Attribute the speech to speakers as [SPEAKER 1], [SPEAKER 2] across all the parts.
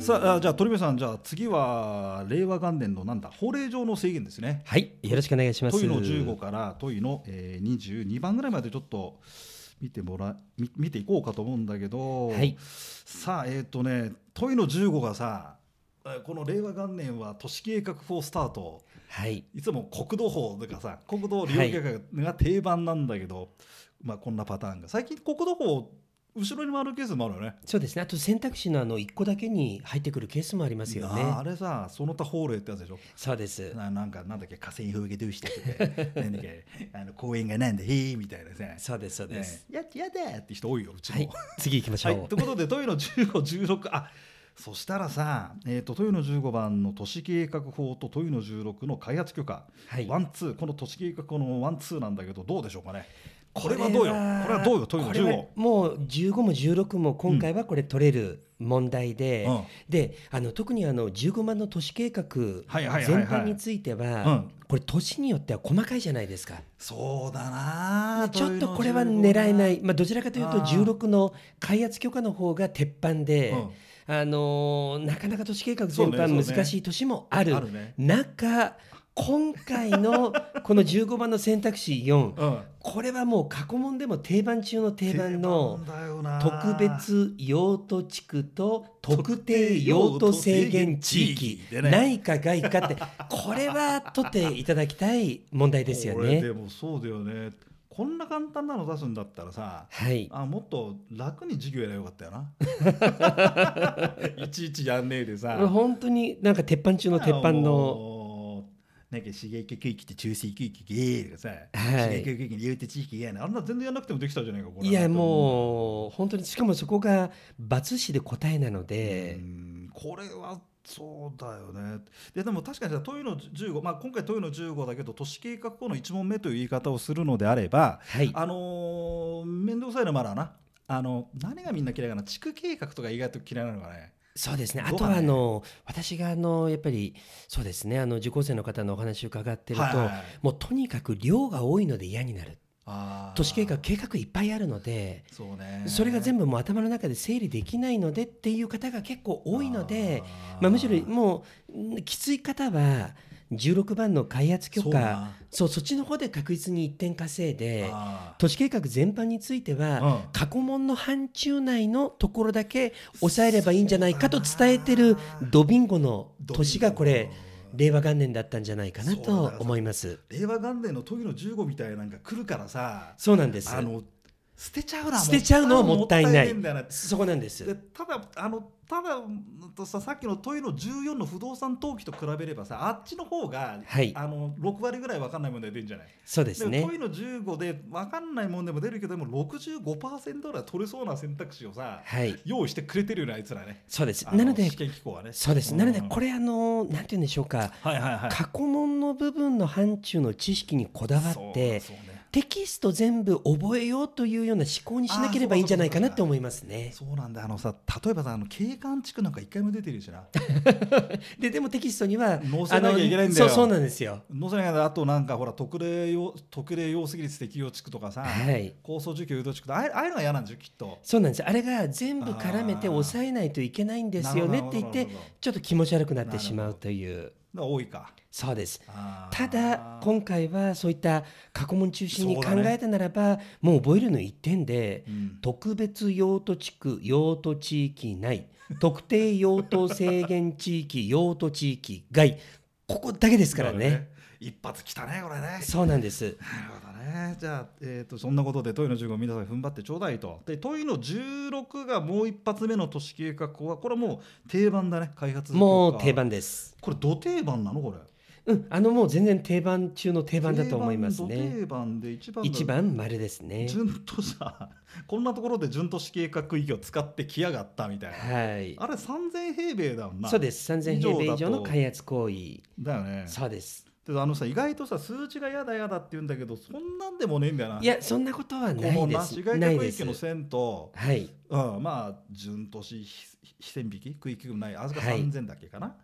[SPEAKER 1] さあじゃあ鳥部さんじゃあ次は令和元年のなんだ法令上の制限ですね。
[SPEAKER 2] はい、よろしくお願いします。
[SPEAKER 1] 問いの15から問いの、えー、22番ぐらいまでちょっと見てもら見見ていこうかと思うんだけど、
[SPEAKER 2] はい、
[SPEAKER 1] さあえっ、とね問いの15がさえーこの令和元年は都市計画法スタート
[SPEAKER 2] はい、
[SPEAKER 1] いつも国土法とかさ国土利用計画が定番なんだけど、まあこんなパターンが最近国土法後ろに回るケースもあるよね。
[SPEAKER 2] そうですね。あと選択肢のあの一個だけに入ってくるケースもありますよ
[SPEAKER 1] なあ
[SPEAKER 2] ね。
[SPEAKER 1] あれさその他法令ってやつでしょ
[SPEAKER 2] そうです。
[SPEAKER 1] ななんかなんだっけ河川風景どうしたとか なんだっけあの公園がなんだへーみたいなさ
[SPEAKER 2] そうです。そうです。
[SPEAKER 1] ねややだーって人多いようちも。
[SPEAKER 2] はい、次行きましょう。
[SPEAKER 1] はいということで問いの1516あそしたらさ、えー、と問いの15番の都市計画法と問いの16の開発許可、
[SPEAKER 2] はい
[SPEAKER 1] ワンツーこの都市計画法のワンツーなんだけどどうでしょうかねこれはどうよこれはどうよ問いの
[SPEAKER 2] これは
[SPEAKER 1] 15。
[SPEAKER 2] もう15も16も今回はこれ取れる問題で、
[SPEAKER 1] うん
[SPEAKER 2] であの特にあの15万の都市計画全
[SPEAKER 1] はいはいはいはい
[SPEAKER 2] 般については、
[SPEAKER 1] うん
[SPEAKER 2] これ都市によっては細かいじゃないですか。
[SPEAKER 1] そうだなー
[SPEAKER 2] ちょっとこれ
[SPEAKER 1] 問
[SPEAKER 2] はい
[SPEAKER 1] の15
[SPEAKER 2] 狙えない、まあ、どちらかというと
[SPEAKER 1] あー
[SPEAKER 2] 16の開発許可の方が鉄板で、あのーなかなか都市計画
[SPEAKER 1] そう
[SPEAKER 2] 全
[SPEAKER 1] ねそう
[SPEAKER 2] 般
[SPEAKER 1] ね
[SPEAKER 2] 難しい年もあ
[SPEAKER 1] うん、
[SPEAKER 2] る
[SPEAKER 1] あるね、
[SPEAKER 2] 中今回のこの15番の選択肢4
[SPEAKER 1] うん、
[SPEAKER 2] これはもう過去問でも定番中の定番の
[SPEAKER 1] 定番だよな
[SPEAKER 2] 特別用途地区と特定用途制限地域
[SPEAKER 1] でね
[SPEAKER 2] ないか外かってこれは取っていただきたい問題ですよ
[SPEAKER 1] これ
[SPEAKER 2] ね
[SPEAKER 1] で。もそうだよねこんな簡単なの出すんだったらさ
[SPEAKER 2] はい
[SPEAKER 1] あもっと楽に授業やればよかったよ ないちいちやんねえでさ
[SPEAKER 2] 本当になんか鉄板中の鉄板の
[SPEAKER 1] のなんか刺激区域って中性区域ゲーとかさ、
[SPEAKER 2] はい
[SPEAKER 1] 刺激区域に言うて地域ゲーなあんな全然やんなくてもできたじゃないかこれ
[SPEAKER 2] いやもう本当にしかもそこが×詞で答えなので、
[SPEAKER 1] うんこれはそうだよねででも確かにさ問いの15、まあ、今回問いの15だけど都市計画法の1問目という言い方をするのであれば
[SPEAKER 2] はい
[SPEAKER 1] あのー面倒くさいのまだなあの何がみんな嫌いかな地区計画とか意外と嫌いなのかね
[SPEAKER 2] そうですねあ
[SPEAKER 1] どう
[SPEAKER 2] と
[SPEAKER 1] かね
[SPEAKER 2] はあの私があのやっぱりそうですねあの受講生の方のお話を伺ってると、
[SPEAKER 1] はいはいはい
[SPEAKER 2] もうとにかく量が多いので嫌になる
[SPEAKER 1] あー
[SPEAKER 2] 都市計画計画いっぱいあるので
[SPEAKER 1] そうね
[SPEAKER 2] それが全
[SPEAKER 1] 部
[SPEAKER 2] 部もう頭の中で整理できないのでっていう方が結構多いので。まあ、むしろもうんきつい方は16番の開発許
[SPEAKER 1] そう
[SPEAKER 2] 可
[SPEAKER 1] な
[SPEAKER 2] そうそっちの方で確実に1点稼いで
[SPEAKER 1] あ
[SPEAKER 2] 都市計画全般について
[SPEAKER 1] ー
[SPEAKER 2] は、
[SPEAKER 1] うん
[SPEAKER 2] 過去問の範疇内のところだけ抑えればいいんじゃないかと伝えてるドビンゴの年がこれ令和元年だったんじゃないかな
[SPEAKER 1] そうだ
[SPEAKER 2] と
[SPEAKER 1] よ
[SPEAKER 2] 思います。
[SPEAKER 1] 令和元年の時の15みたいなんか来るからさ
[SPEAKER 2] そうなんです
[SPEAKER 1] あの捨てちゃうな
[SPEAKER 2] 捨てちゃうのはもったいな
[SPEAKER 1] もった
[SPEAKER 2] い
[SPEAKER 1] ねえんだよな
[SPEAKER 2] そこなんです
[SPEAKER 1] でただあのただうんとささっきの問いの14の不動産登記と比べればさあっちの方が、
[SPEAKER 2] はい
[SPEAKER 1] あの6割ぐらい分かんない問題出るんじゃない
[SPEAKER 2] そうです
[SPEAKER 1] でも
[SPEAKER 2] ね
[SPEAKER 1] 問いの15で分かんないもんでも出るけどでも65%ぐらい取れそうな選択肢をさ
[SPEAKER 2] はい
[SPEAKER 1] 用意してくれてるよねあいつらね。
[SPEAKER 2] そうです
[SPEAKER 1] あ
[SPEAKER 2] なので
[SPEAKER 1] 試験機構はね。
[SPEAKER 2] そうですなのでこ
[SPEAKER 1] れ、
[SPEAKER 2] れあのなんて言うんでしょうか
[SPEAKER 1] はいはいはい、
[SPEAKER 2] 過去問の部分の範疇の知識にこだわって
[SPEAKER 1] そうそうね
[SPEAKER 2] テキスト全部覚えようというような思考にしなければいいんじゃないかなって思いますね。
[SPEAKER 1] そうなんだあのさ例えばさあの景観地区なんか一回も出てるし な
[SPEAKER 2] ででもテキストには
[SPEAKER 1] 載せなきゃいけないんだ
[SPEAKER 2] そ
[SPEAKER 1] よ
[SPEAKER 2] うそうなんですよ。
[SPEAKER 1] 載せなきゃいけないあとなんかほら特例用特例用すぎ率適用地区とかさ、
[SPEAKER 2] はい。
[SPEAKER 1] 高層住居誘導地区とかあああいうのが嫌なんですよきっと。
[SPEAKER 2] そうなんです。あれが全部絡めて抑えないといけないんですよねって言っ
[SPEAKER 1] な
[SPEAKER 2] て
[SPEAKER 1] るほどなるほどなるほど
[SPEAKER 2] ちょっと気持ち悪くなってしまうという
[SPEAKER 1] だから多いか。
[SPEAKER 2] そうです。
[SPEAKER 1] あー
[SPEAKER 2] ただ今回はそういった過去問中心に
[SPEAKER 1] そう
[SPEAKER 2] 考
[SPEAKER 1] だね
[SPEAKER 2] えたならば、もう覚えるの一点で
[SPEAKER 1] うん
[SPEAKER 2] 特別用途地区用途地域内特定用途制限地域 用途地域外ここだけですから
[SPEAKER 1] そうだ
[SPEAKER 2] ね。
[SPEAKER 1] 一発きたねこれね。
[SPEAKER 2] そうなん です。
[SPEAKER 1] なるほどね。じゃあ、えー、とそんなことで問いの15皆さん踏ん張ってちょうだいと。で問いの16がもう一発目の都市計画法はこれはもう定番だね開発とか
[SPEAKER 2] もう定。番です。
[SPEAKER 1] これ土定番なのこれ。
[SPEAKER 2] うん、あのもう全然定番中の定番だと思います
[SPEAKER 1] 定番土
[SPEAKER 2] ね。
[SPEAKER 1] 定番で一番の
[SPEAKER 2] 一番丸ですね。
[SPEAKER 1] 順とさこんなところで順都市計画区域を使ってきやがったみたいな。
[SPEAKER 2] はい。
[SPEAKER 1] あれ3000平米だもんな。
[SPEAKER 2] そうです。三千平米以上の開発行為。
[SPEAKER 1] だよね。
[SPEAKER 2] そうです。
[SPEAKER 1] であのさ意外とさ数値がやだやだって言うんだけどそんなんでもねえんだよない
[SPEAKER 2] やそんなことはないで
[SPEAKER 1] 市
[SPEAKER 2] す。
[SPEAKER 1] 街
[SPEAKER 2] ない
[SPEAKER 1] 区
[SPEAKER 2] で
[SPEAKER 1] 域
[SPEAKER 2] す。
[SPEAKER 1] の線と、
[SPEAKER 2] はい
[SPEAKER 1] うん、まあ準都市ひ非線引き区域区ないあずか
[SPEAKER 2] はい
[SPEAKER 1] 3000だっけかな、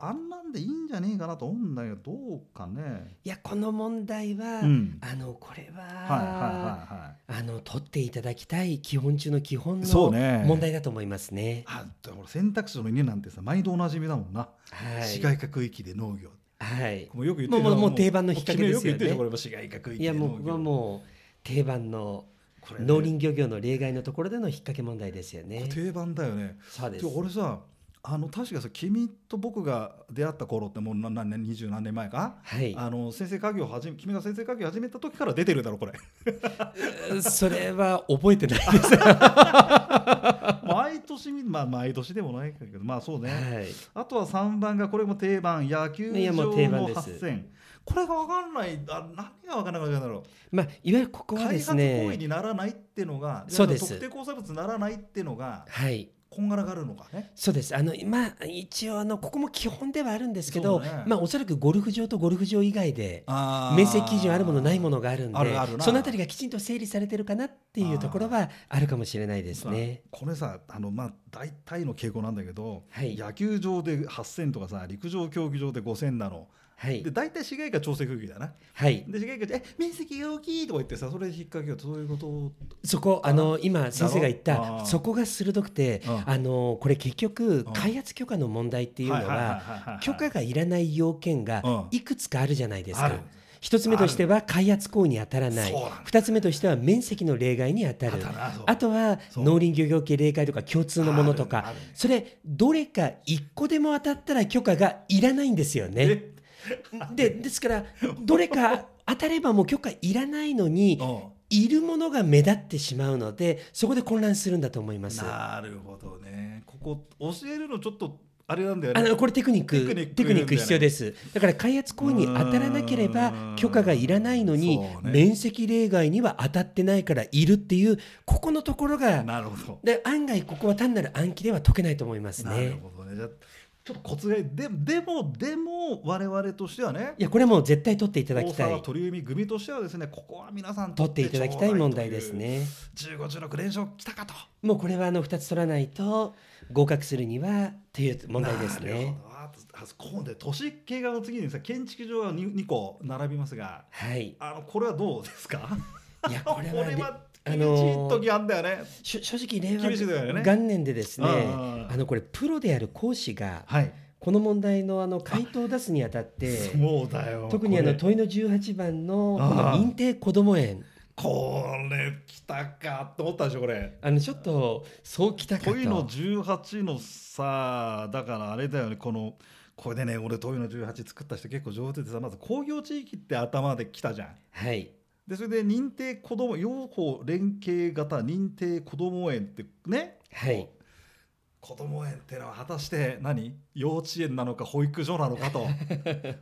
[SPEAKER 1] あんなんでいいんじゃねえかなと思うんだけどどうかね
[SPEAKER 2] いやこの問題は、
[SPEAKER 1] うん
[SPEAKER 2] あのこれは、
[SPEAKER 1] はいはいはいはい
[SPEAKER 2] あの取っていただきたい基本中の基本
[SPEAKER 1] そ
[SPEAKER 2] の
[SPEAKER 1] うね
[SPEAKER 2] 問題だと思いますね。
[SPEAKER 1] あだから選択肢の家なんてさ毎度おなじみだもんな、
[SPEAKER 2] はい。
[SPEAKER 1] 市街化区域で農業
[SPEAKER 2] はい。
[SPEAKER 1] もうよく言ってる
[SPEAKER 2] もうもう
[SPEAKER 1] よ
[SPEAKER 2] もう定番の引っ掛けですよね
[SPEAKER 1] 君はよく言ってるでしょこれも市街化区域
[SPEAKER 2] い
[SPEAKER 1] で
[SPEAKER 2] や
[SPEAKER 1] 農業
[SPEAKER 2] もう僕はもう定番の
[SPEAKER 1] これね
[SPEAKER 2] 農林漁業の例外のところでの引っ掛け問題ですよね。
[SPEAKER 1] 定番だよね
[SPEAKER 2] そうで。
[SPEAKER 1] です俺さあの確かさ君と僕が出会った頃ってもう何年二十何年前か、
[SPEAKER 2] はい。
[SPEAKER 1] あの先生家業始め君が先生家業始めた時から出てるだろこれ
[SPEAKER 2] それは覚えてないです。
[SPEAKER 1] 毎年みまあ毎年でもないけどまあそうね、
[SPEAKER 2] はい。
[SPEAKER 1] あとは3番がこれも定番野球
[SPEAKER 2] いや
[SPEAKER 1] 場の
[SPEAKER 2] もう定番です
[SPEAKER 1] 8000これが分かんないあ何が分からなかったんだろう
[SPEAKER 2] まあいわゆるここは
[SPEAKER 1] 開発
[SPEAKER 2] です
[SPEAKER 1] 行為
[SPEAKER 2] ね。
[SPEAKER 1] にならないっていうのが
[SPEAKER 2] そうです
[SPEAKER 1] 特定抗生物にならないっていうのが
[SPEAKER 2] はい。
[SPEAKER 1] こんがらがるのかね
[SPEAKER 2] そうですあのまあ一応あのここも基本ではあるんですけ
[SPEAKER 1] そ
[SPEAKER 2] ど、
[SPEAKER 1] うね
[SPEAKER 2] まあおそらくゴルフ場とゴルフ場以外で
[SPEAKER 1] あー
[SPEAKER 2] 面積基準あるものないものがあるんで
[SPEAKER 1] あるあるな
[SPEAKER 2] そのあたりがきちんと整理されてるかなっていうところはあるかもしれないですね。
[SPEAKER 1] これさあのまあ大体の傾向なんだけど、
[SPEAKER 2] はい
[SPEAKER 1] 野球場で8000とかさ陸上競技場で5000なの
[SPEAKER 2] はい
[SPEAKER 1] で大体市街化調整区域だな
[SPEAKER 2] はい
[SPEAKER 1] で市街化え面積が大きいとか言ってさそれで引っ掛けようとそういうこと
[SPEAKER 2] そこあの今先生が言っ
[SPEAKER 1] だろあ
[SPEAKER 2] た
[SPEAKER 1] ー
[SPEAKER 2] そこが鋭くて
[SPEAKER 1] うん
[SPEAKER 2] あのこれ結局
[SPEAKER 1] うん
[SPEAKER 2] 開発許可の問題っていうのは
[SPEAKER 1] は
[SPEAKER 2] 許可がいらない要件が
[SPEAKER 1] うん
[SPEAKER 2] いくつかあるじゃないです
[SPEAKER 1] あ
[SPEAKER 2] か
[SPEAKER 1] る。
[SPEAKER 2] 一つ目としては開発行為に当たらない
[SPEAKER 1] そうなんだ
[SPEAKER 2] 二つ目としては面積の例外に当たる
[SPEAKER 1] あるなそう
[SPEAKER 2] あとは
[SPEAKER 1] そう
[SPEAKER 2] 農林漁業系例外とか共通のものと
[SPEAKER 1] あ
[SPEAKER 2] か
[SPEAKER 1] るねあるね
[SPEAKER 2] それどれか一個でも当たったら許可がいらないんですよね。でですからどれか当たればもう許可いらないのに
[SPEAKER 1] う
[SPEAKER 2] いるものが目立ってしまうのでそこで混乱するんだと思いま
[SPEAKER 1] ん
[SPEAKER 2] す。
[SPEAKER 1] な
[SPEAKER 2] あ
[SPEAKER 1] るほどねここ教えるのちょっとあれなんだよね
[SPEAKER 2] のこれテクニッ
[SPEAKER 1] テクニッ
[SPEAKER 2] ク
[SPEAKER 1] ク
[SPEAKER 2] テクニック必要ですだから開発行為に当たらなけれ
[SPEAKER 1] うー
[SPEAKER 2] ば
[SPEAKER 1] ん
[SPEAKER 2] 許可がいらないのに、
[SPEAKER 1] そうね
[SPEAKER 2] 面積例外には当たってないからいるっていうここのところが
[SPEAKER 1] なるほど
[SPEAKER 2] で案外ここは単なる暗記では解けないと思います
[SPEAKER 1] なる
[SPEAKER 2] ね。
[SPEAKER 1] ほどね。じゃあちょっとコツがいででもでも我々としてはね
[SPEAKER 2] い、やこれもう絶対取っていただ
[SPEAKER 1] 大
[SPEAKER 2] きた
[SPEAKER 1] 沢
[SPEAKER 2] い
[SPEAKER 1] 鳥海組としてはですね、ここは皆さん
[SPEAKER 2] 取っていただきたい問題です。ね。
[SPEAKER 1] 15、16連勝きたかと。
[SPEAKER 2] もうこれはあの2つ取らないと合格するにはっていう問題です
[SPEAKER 1] なる
[SPEAKER 2] ね
[SPEAKER 1] ほ。どああそこで都市計画の次にさ建築上は 2, 2個並びますが、
[SPEAKER 2] はい。
[SPEAKER 1] あのこれはどうですか？
[SPEAKER 2] いやこれはね
[SPEAKER 1] 厳しい時あんだよね。
[SPEAKER 2] しょ正直令
[SPEAKER 1] 厳しいだよ
[SPEAKER 2] 和
[SPEAKER 1] ね
[SPEAKER 2] 元年でですね
[SPEAKER 1] うん
[SPEAKER 2] あのこれプロである講師が
[SPEAKER 1] はい。
[SPEAKER 2] この問題のあの回答を出すにあたって
[SPEAKER 1] そうだよ。
[SPEAKER 2] 特にあの
[SPEAKER 1] これ
[SPEAKER 2] 問いの18番の
[SPEAKER 1] あー
[SPEAKER 2] 認定こども園
[SPEAKER 1] これ来たかと思ったでしょこれ。
[SPEAKER 2] あのちょっとそうきたかと
[SPEAKER 1] 問いの18のさだからあれだよねこのこれでね俺問いの18作った人結構上手でさまず工業地域って頭で来たじゃん。
[SPEAKER 2] はい
[SPEAKER 1] でそれで認定子ども養護連携型認定こども園ってね
[SPEAKER 2] はい
[SPEAKER 1] こども園ってのは果たして何幼稚園なの か保育所なのかと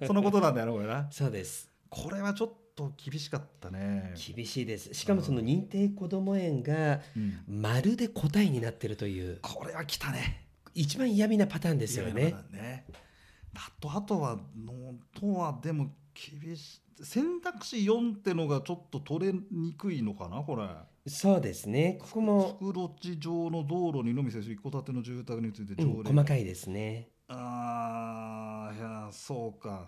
[SPEAKER 1] そのことなんだよねこれな。
[SPEAKER 2] そうです
[SPEAKER 1] これはちょっと厳しかったね。
[SPEAKER 2] 厳しいですしかもその認定こども園が
[SPEAKER 1] うん
[SPEAKER 2] まるで答えになってるという
[SPEAKER 1] これは来たね。
[SPEAKER 2] 一番嫌味なパターンですよ
[SPEAKER 1] いや
[SPEAKER 2] ね
[SPEAKER 1] まだねあとあとはのとはでも厳しい選択肢4ってのがちょっと取れにくいのかなこれ
[SPEAKER 2] そうですねここも、
[SPEAKER 1] 袋地上の道路にのみ接する一戸建ての住宅について
[SPEAKER 2] う
[SPEAKER 1] 条例、
[SPEAKER 2] ん、細かいですね
[SPEAKER 1] あーいやそうか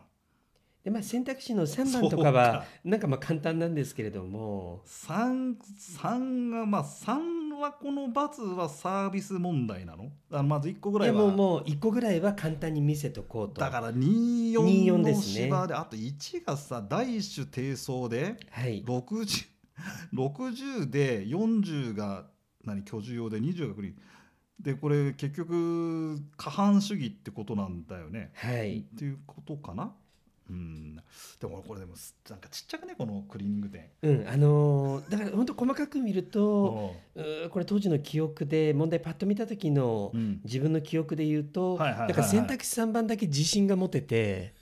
[SPEAKER 2] で、まあ、選択肢の3
[SPEAKER 1] そ
[SPEAKER 2] 番
[SPEAKER 1] うか
[SPEAKER 2] とかはなんかまあ簡単なんですけれども
[SPEAKER 1] 3, 三がまあ3はこの×はサービス問題なのあまず1個ぐ
[SPEAKER 2] い
[SPEAKER 1] らい
[SPEAKER 2] や
[SPEAKER 1] は
[SPEAKER 2] もうもう1個ぐらいは簡単に見せとこうと
[SPEAKER 1] だから24
[SPEAKER 2] 24で
[SPEAKER 1] の
[SPEAKER 2] すね
[SPEAKER 1] 芝であと1がさ第一種低層で
[SPEAKER 2] はい、
[SPEAKER 1] 60, 60で40が何居住用で20がグリーンでこれ結局過半主義ってことなんだよね、
[SPEAKER 2] はい、
[SPEAKER 1] っていうことかなうんでも俺これでもすなんかちっちゃくねこのクリーニング店
[SPEAKER 2] うんあのーだから本当細かく見ると
[SPEAKER 1] おう
[SPEAKER 2] うーこれ当時の記憶で問題パッと見た時の
[SPEAKER 1] うん
[SPEAKER 2] 自分の記憶で言うと
[SPEAKER 1] はいはいはいはい
[SPEAKER 2] だから選択肢3番だけ自信が持てて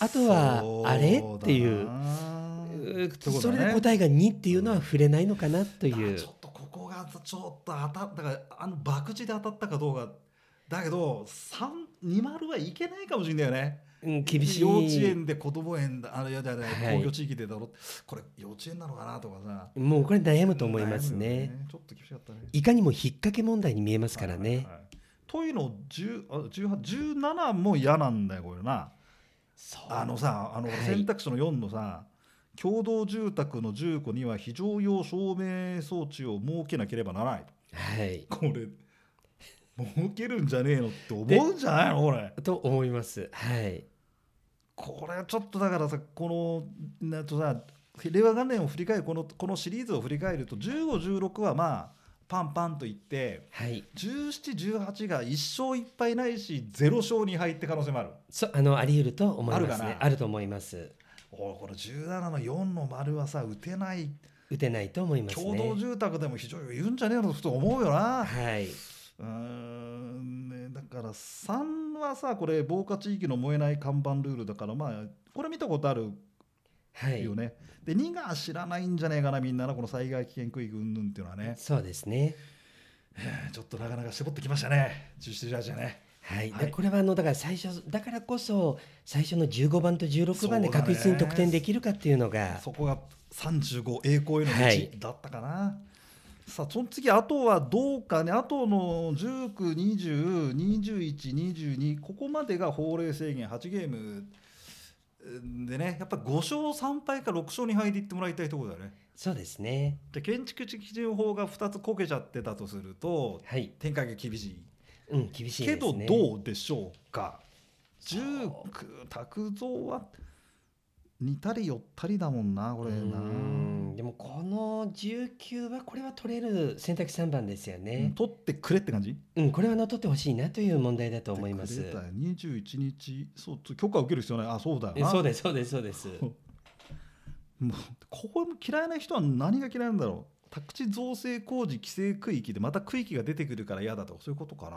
[SPEAKER 2] あとはあれっていううーそれで
[SPEAKER 1] え
[SPEAKER 2] 答えが2っていうのは触れないのかなと
[SPEAKER 1] て
[SPEAKER 2] いう
[SPEAKER 1] ちょっとここがちょっと当たっただからあの博打で当たったかどうかだけど320はいけないかもしれないよね
[SPEAKER 2] うん、厳しい
[SPEAKER 1] 幼稚園で子供園だあれやだやだ、
[SPEAKER 2] はい
[SPEAKER 1] 工業地域でだろこれ幼稚園なのかなとかさ
[SPEAKER 2] もうこれ悩むと思いますね
[SPEAKER 1] 悩むよちょっと厳しかったね
[SPEAKER 2] いかにも引っ掛け問題に見えますからね、
[SPEAKER 1] はいはいはいというのを10あ18 17も嫌なんだよこれな
[SPEAKER 2] そう
[SPEAKER 1] あのさあの
[SPEAKER 2] はい
[SPEAKER 1] 選択肢の4のさ、共同住宅の住戸には非常用照明装置を設けなければならない
[SPEAKER 2] はい
[SPEAKER 1] これ設けるんじゃねえのって思うんじゃないのこれ
[SPEAKER 2] と思いますはい
[SPEAKER 1] これはちょっとだからさこのなとさ令和元年を振り返るこのこのシリーズを振り返ると1516はまあパンパンといって
[SPEAKER 2] はい
[SPEAKER 1] 1718が1勝1敗ないし0勝2敗って可能性もある
[SPEAKER 2] そうあのあり得ると思いま
[SPEAKER 1] ある
[SPEAKER 2] す
[SPEAKER 1] か
[SPEAKER 2] ね
[SPEAKER 1] な
[SPEAKER 2] あると思います
[SPEAKER 1] おいこれ17の4の丸はさ打てない
[SPEAKER 2] 打てないと思います
[SPEAKER 1] 共同
[SPEAKER 2] ね
[SPEAKER 1] 住宅でも非常に言うんじゃねえのとふと思うよな。
[SPEAKER 2] はい、
[SPEAKER 1] うーんね、だから3はさこれ防火地域の燃えない看板ルールだからまあこれ見たことある
[SPEAKER 2] はい
[SPEAKER 1] よ、ね、で2が知らないんじゃねえかなみんななこの災害危険区域うんぬんっていうのはね
[SPEAKER 2] そうですね
[SPEAKER 1] えーちょっとなかなか絞ってきましたね17じゃね
[SPEAKER 2] はい、
[SPEAKER 1] はい
[SPEAKER 2] でこれはあのだから最初だからこそ最初の15番と16番で
[SPEAKER 1] そうだね
[SPEAKER 2] 確実に得点できるかっていうのが
[SPEAKER 1] そこが35栄光への
[SPEAKER 2] はい
[SPEAKER 1] 道だったかな、さあその次あとはどうかねあとの19202122ここまでが法令制限8ゲームうんでねやっぱ5勝3敗か6勝2敗でいってもらいたいところだよね
[SPEAKER 2] そうですね
[SPEAKER 1] で建築基準法が2つこけちゃってたとすると
[SPEAKER 2] はい
[SPEAKER 1] 展開が厳しい
[SPEAKER 2] うん厳しいで
[SPEAKER 1] け
[SPEAKER 2] す
[SPEAKER 1] ど
[SPEAKER 2] ね
[SPEAKER 1] どうでしょうか
[SPEAKER 2] そう
[SPEAKER 1] 19卓造は似たり寄ったりだもんなこ
[SPEAKER 2] う
[SPEAKER 1] れな
[SPEAKER 2] ーんでもこの19はこれは取れる選択肢3番ですよね
[SPEAKER 1] 取ってくれって感じ
[SPEAKER 2] うん、これはの取ってほしいなという問題だと思います
[SPEAKER 1] 取ってくれた21日そう許可を受ける必要ないあそうだよ
[SPEAKER 2] え
[SPEAKER 1] な
[SPEAKER 2] そうですそうですそうです
[SPEAKER 1] もうここ嫌いな人は何が嫌いなんだろう宅地造成工事規制区域でまた区域が出てくるから嫌だとかそういうことかな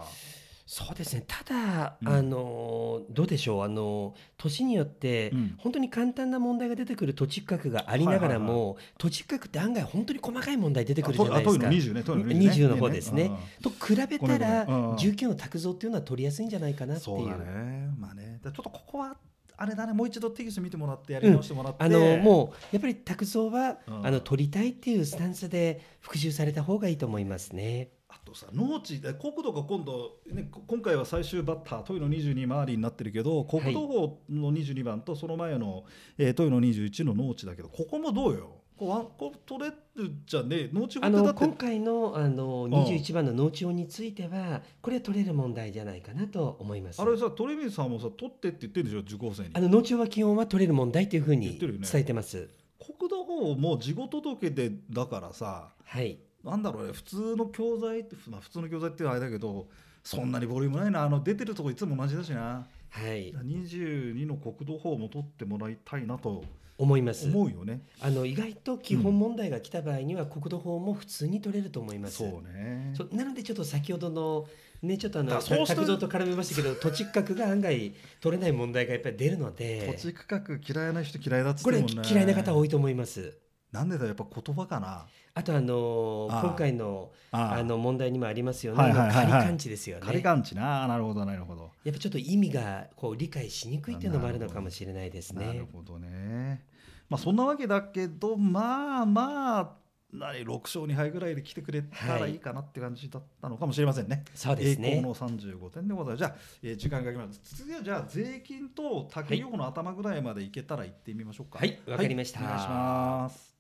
[SPEAKER 2] そうですねただ、
[SPEAKER 1] うん
[SPEAKER 2] あのどうでしょうあの年によって、
[SPEAKER 1] うん
[SPEAKER 2] 本当に簡単な問題が出てくる土地区画がありながらも、
[SPEAKER 1] はい
[SPEAKER 2] 土地区画って案外本当に細かい問題出てく
[SPEAKER 1] あ
[SPEAKER 2] るじゃ
[SPEAKER 1] と
[SPEAKER 2] な
[SPEAKER 1] あ
[SPEAKER 2] いで
[SPEAKER 1] トイ
[SPEAKER 2] す
[SPEAKER 1] の20
[SPEAKER 2] か。
[SPEAKER 1] ねトイの20ね
[SPEAKER 2] 20の方ですね
[SPEAKER 1] うん
[SPEAKER 2] と比べたら、
[SPEAKER 1] ごめんごめんうん
[SPEAKER 2] 19の卓造っていうのは取りやすいんじゃないかなっていう
[SPEAKER 1] そうだねまあねだからちょっとここはあれだねもう一度テキスト見てもらってやり直してもらって、
[SPEAKER 2] あのもうやっぱり卓造は、
[SPEAKER 1] うん
[SPEAKER 2] あの取りたいっていうスタンスで復習された方がいいと思いますね。
[SPEAKER 1] あとさ農地で国土が今度、ね、こ今回は最終バッタートイの22回りになってるけど国土法の22番とその前の、えートイの21の農地だけどここもどうよこうワンこう取れるじゃねえ農地法
[SPEAKER 2] あ
[SPEAKER 1] ってだ
[SPEAKER 2] の
[SPEAKER 1] って
[SPEAKER 2] 今回のあの
[SPEAKER 1] ん
[SPEAKER 2] 21番の農地法についてはこれは取れる問題じゃないかなと思います。
[SPEAKER 1] あれさ鳥海さんもさ取ってって言ってるでしょ受講生に
[SPEAKER 2] あの農地は気温は取れる問題というふう
[SPEAKER 1] 言っ
[SPEAKER 2] に
[SPEAKER 1] てるよね
[SPEAKER 2] 伝えてます。
[SPEAKER 1] 国土法も事後届でだからさ
[SPEAKER 2] はい。
[SPEAKER 1] なんだろうね普通の教材って、まあ、普通の教材っていうのはあれだけどそんなにボリュームないなあの出てるとこいつも同じだしな
[SPEAKER 2] はい。
[SPEAKER 1] 22の国土法も取ってもらいたいなと
[SPEAKER 2] 思います。
[SPEAKER 1] 思うよね。
[SPEAKER 2] あの意外と基本問題が来た場合には国土法も普通に取れると思います。
[SPEAKER 1] そうね
[SPEAKER 2] そうなのでちょっと先ほどのねちょっとあ
[SPEAKER 1] だ
[SPEAKER 2] の
[SPEAKER 1] からそうした
[SPEAKER 2] 作造と絡めましたけど土地価格が案外取れない問題がやっぱり出るの
[SPEAKER 1] 土
[SPEAKER 2] で、
[SPEAKER 1] 地区画嫌いな人嫌いだっつっ
[SPEAKER 2] こ
[SPEAKER 1] て
[SPEAKER 2] れ
[SPEAKER 1] もんね
[SPEAKER 2] 嫌いな方多いと思います。
[SPEAKER 1] なんでだやっぱ言葉かな
[SPEAKER 2] あとあの
[SPEAKER 1] ああ
[SPEAKER 2] 今回の
[SPEAKER 1] あ
[SPEAKER 2] あの問題にもありますよね。
[SPEAKER 1] は
[SPEAKER 2] あ
[SPEAKER 1] いはいは
[SPEAKER 2] の
[SPEAKER 1] いはい
[SPEAKER 2] 仮勘地ですよね。
[SPEAKER 1] 仮勘地ななるほどなるほど、
[SPEAKER 2] やっぱちょっと意味がこう理解しにくいっていうのもあるのかもしれないです
[SPEAKER 1] な
[SPEAKER 2] ね
[SPEAKER 1] る。ほどねまあそんなわけだけどまあまあ何6勝2敗ぐらいで来てくれたらいいかなって感じだったのかもしれませんね。
[SPEAKER 2] そうで
[SPEAKER 1] 栄
[SPEAKER 2] すね。
[SPEAKER 1] 光の35点でございます。じゃあ、えー時間がかけます。次はじゃあ税金と竹予報の頭ぐらいまでいけたら行ってみましょうか。
[SPEAKER 2] はいわかりました
[SPEAKER 1] お願いします。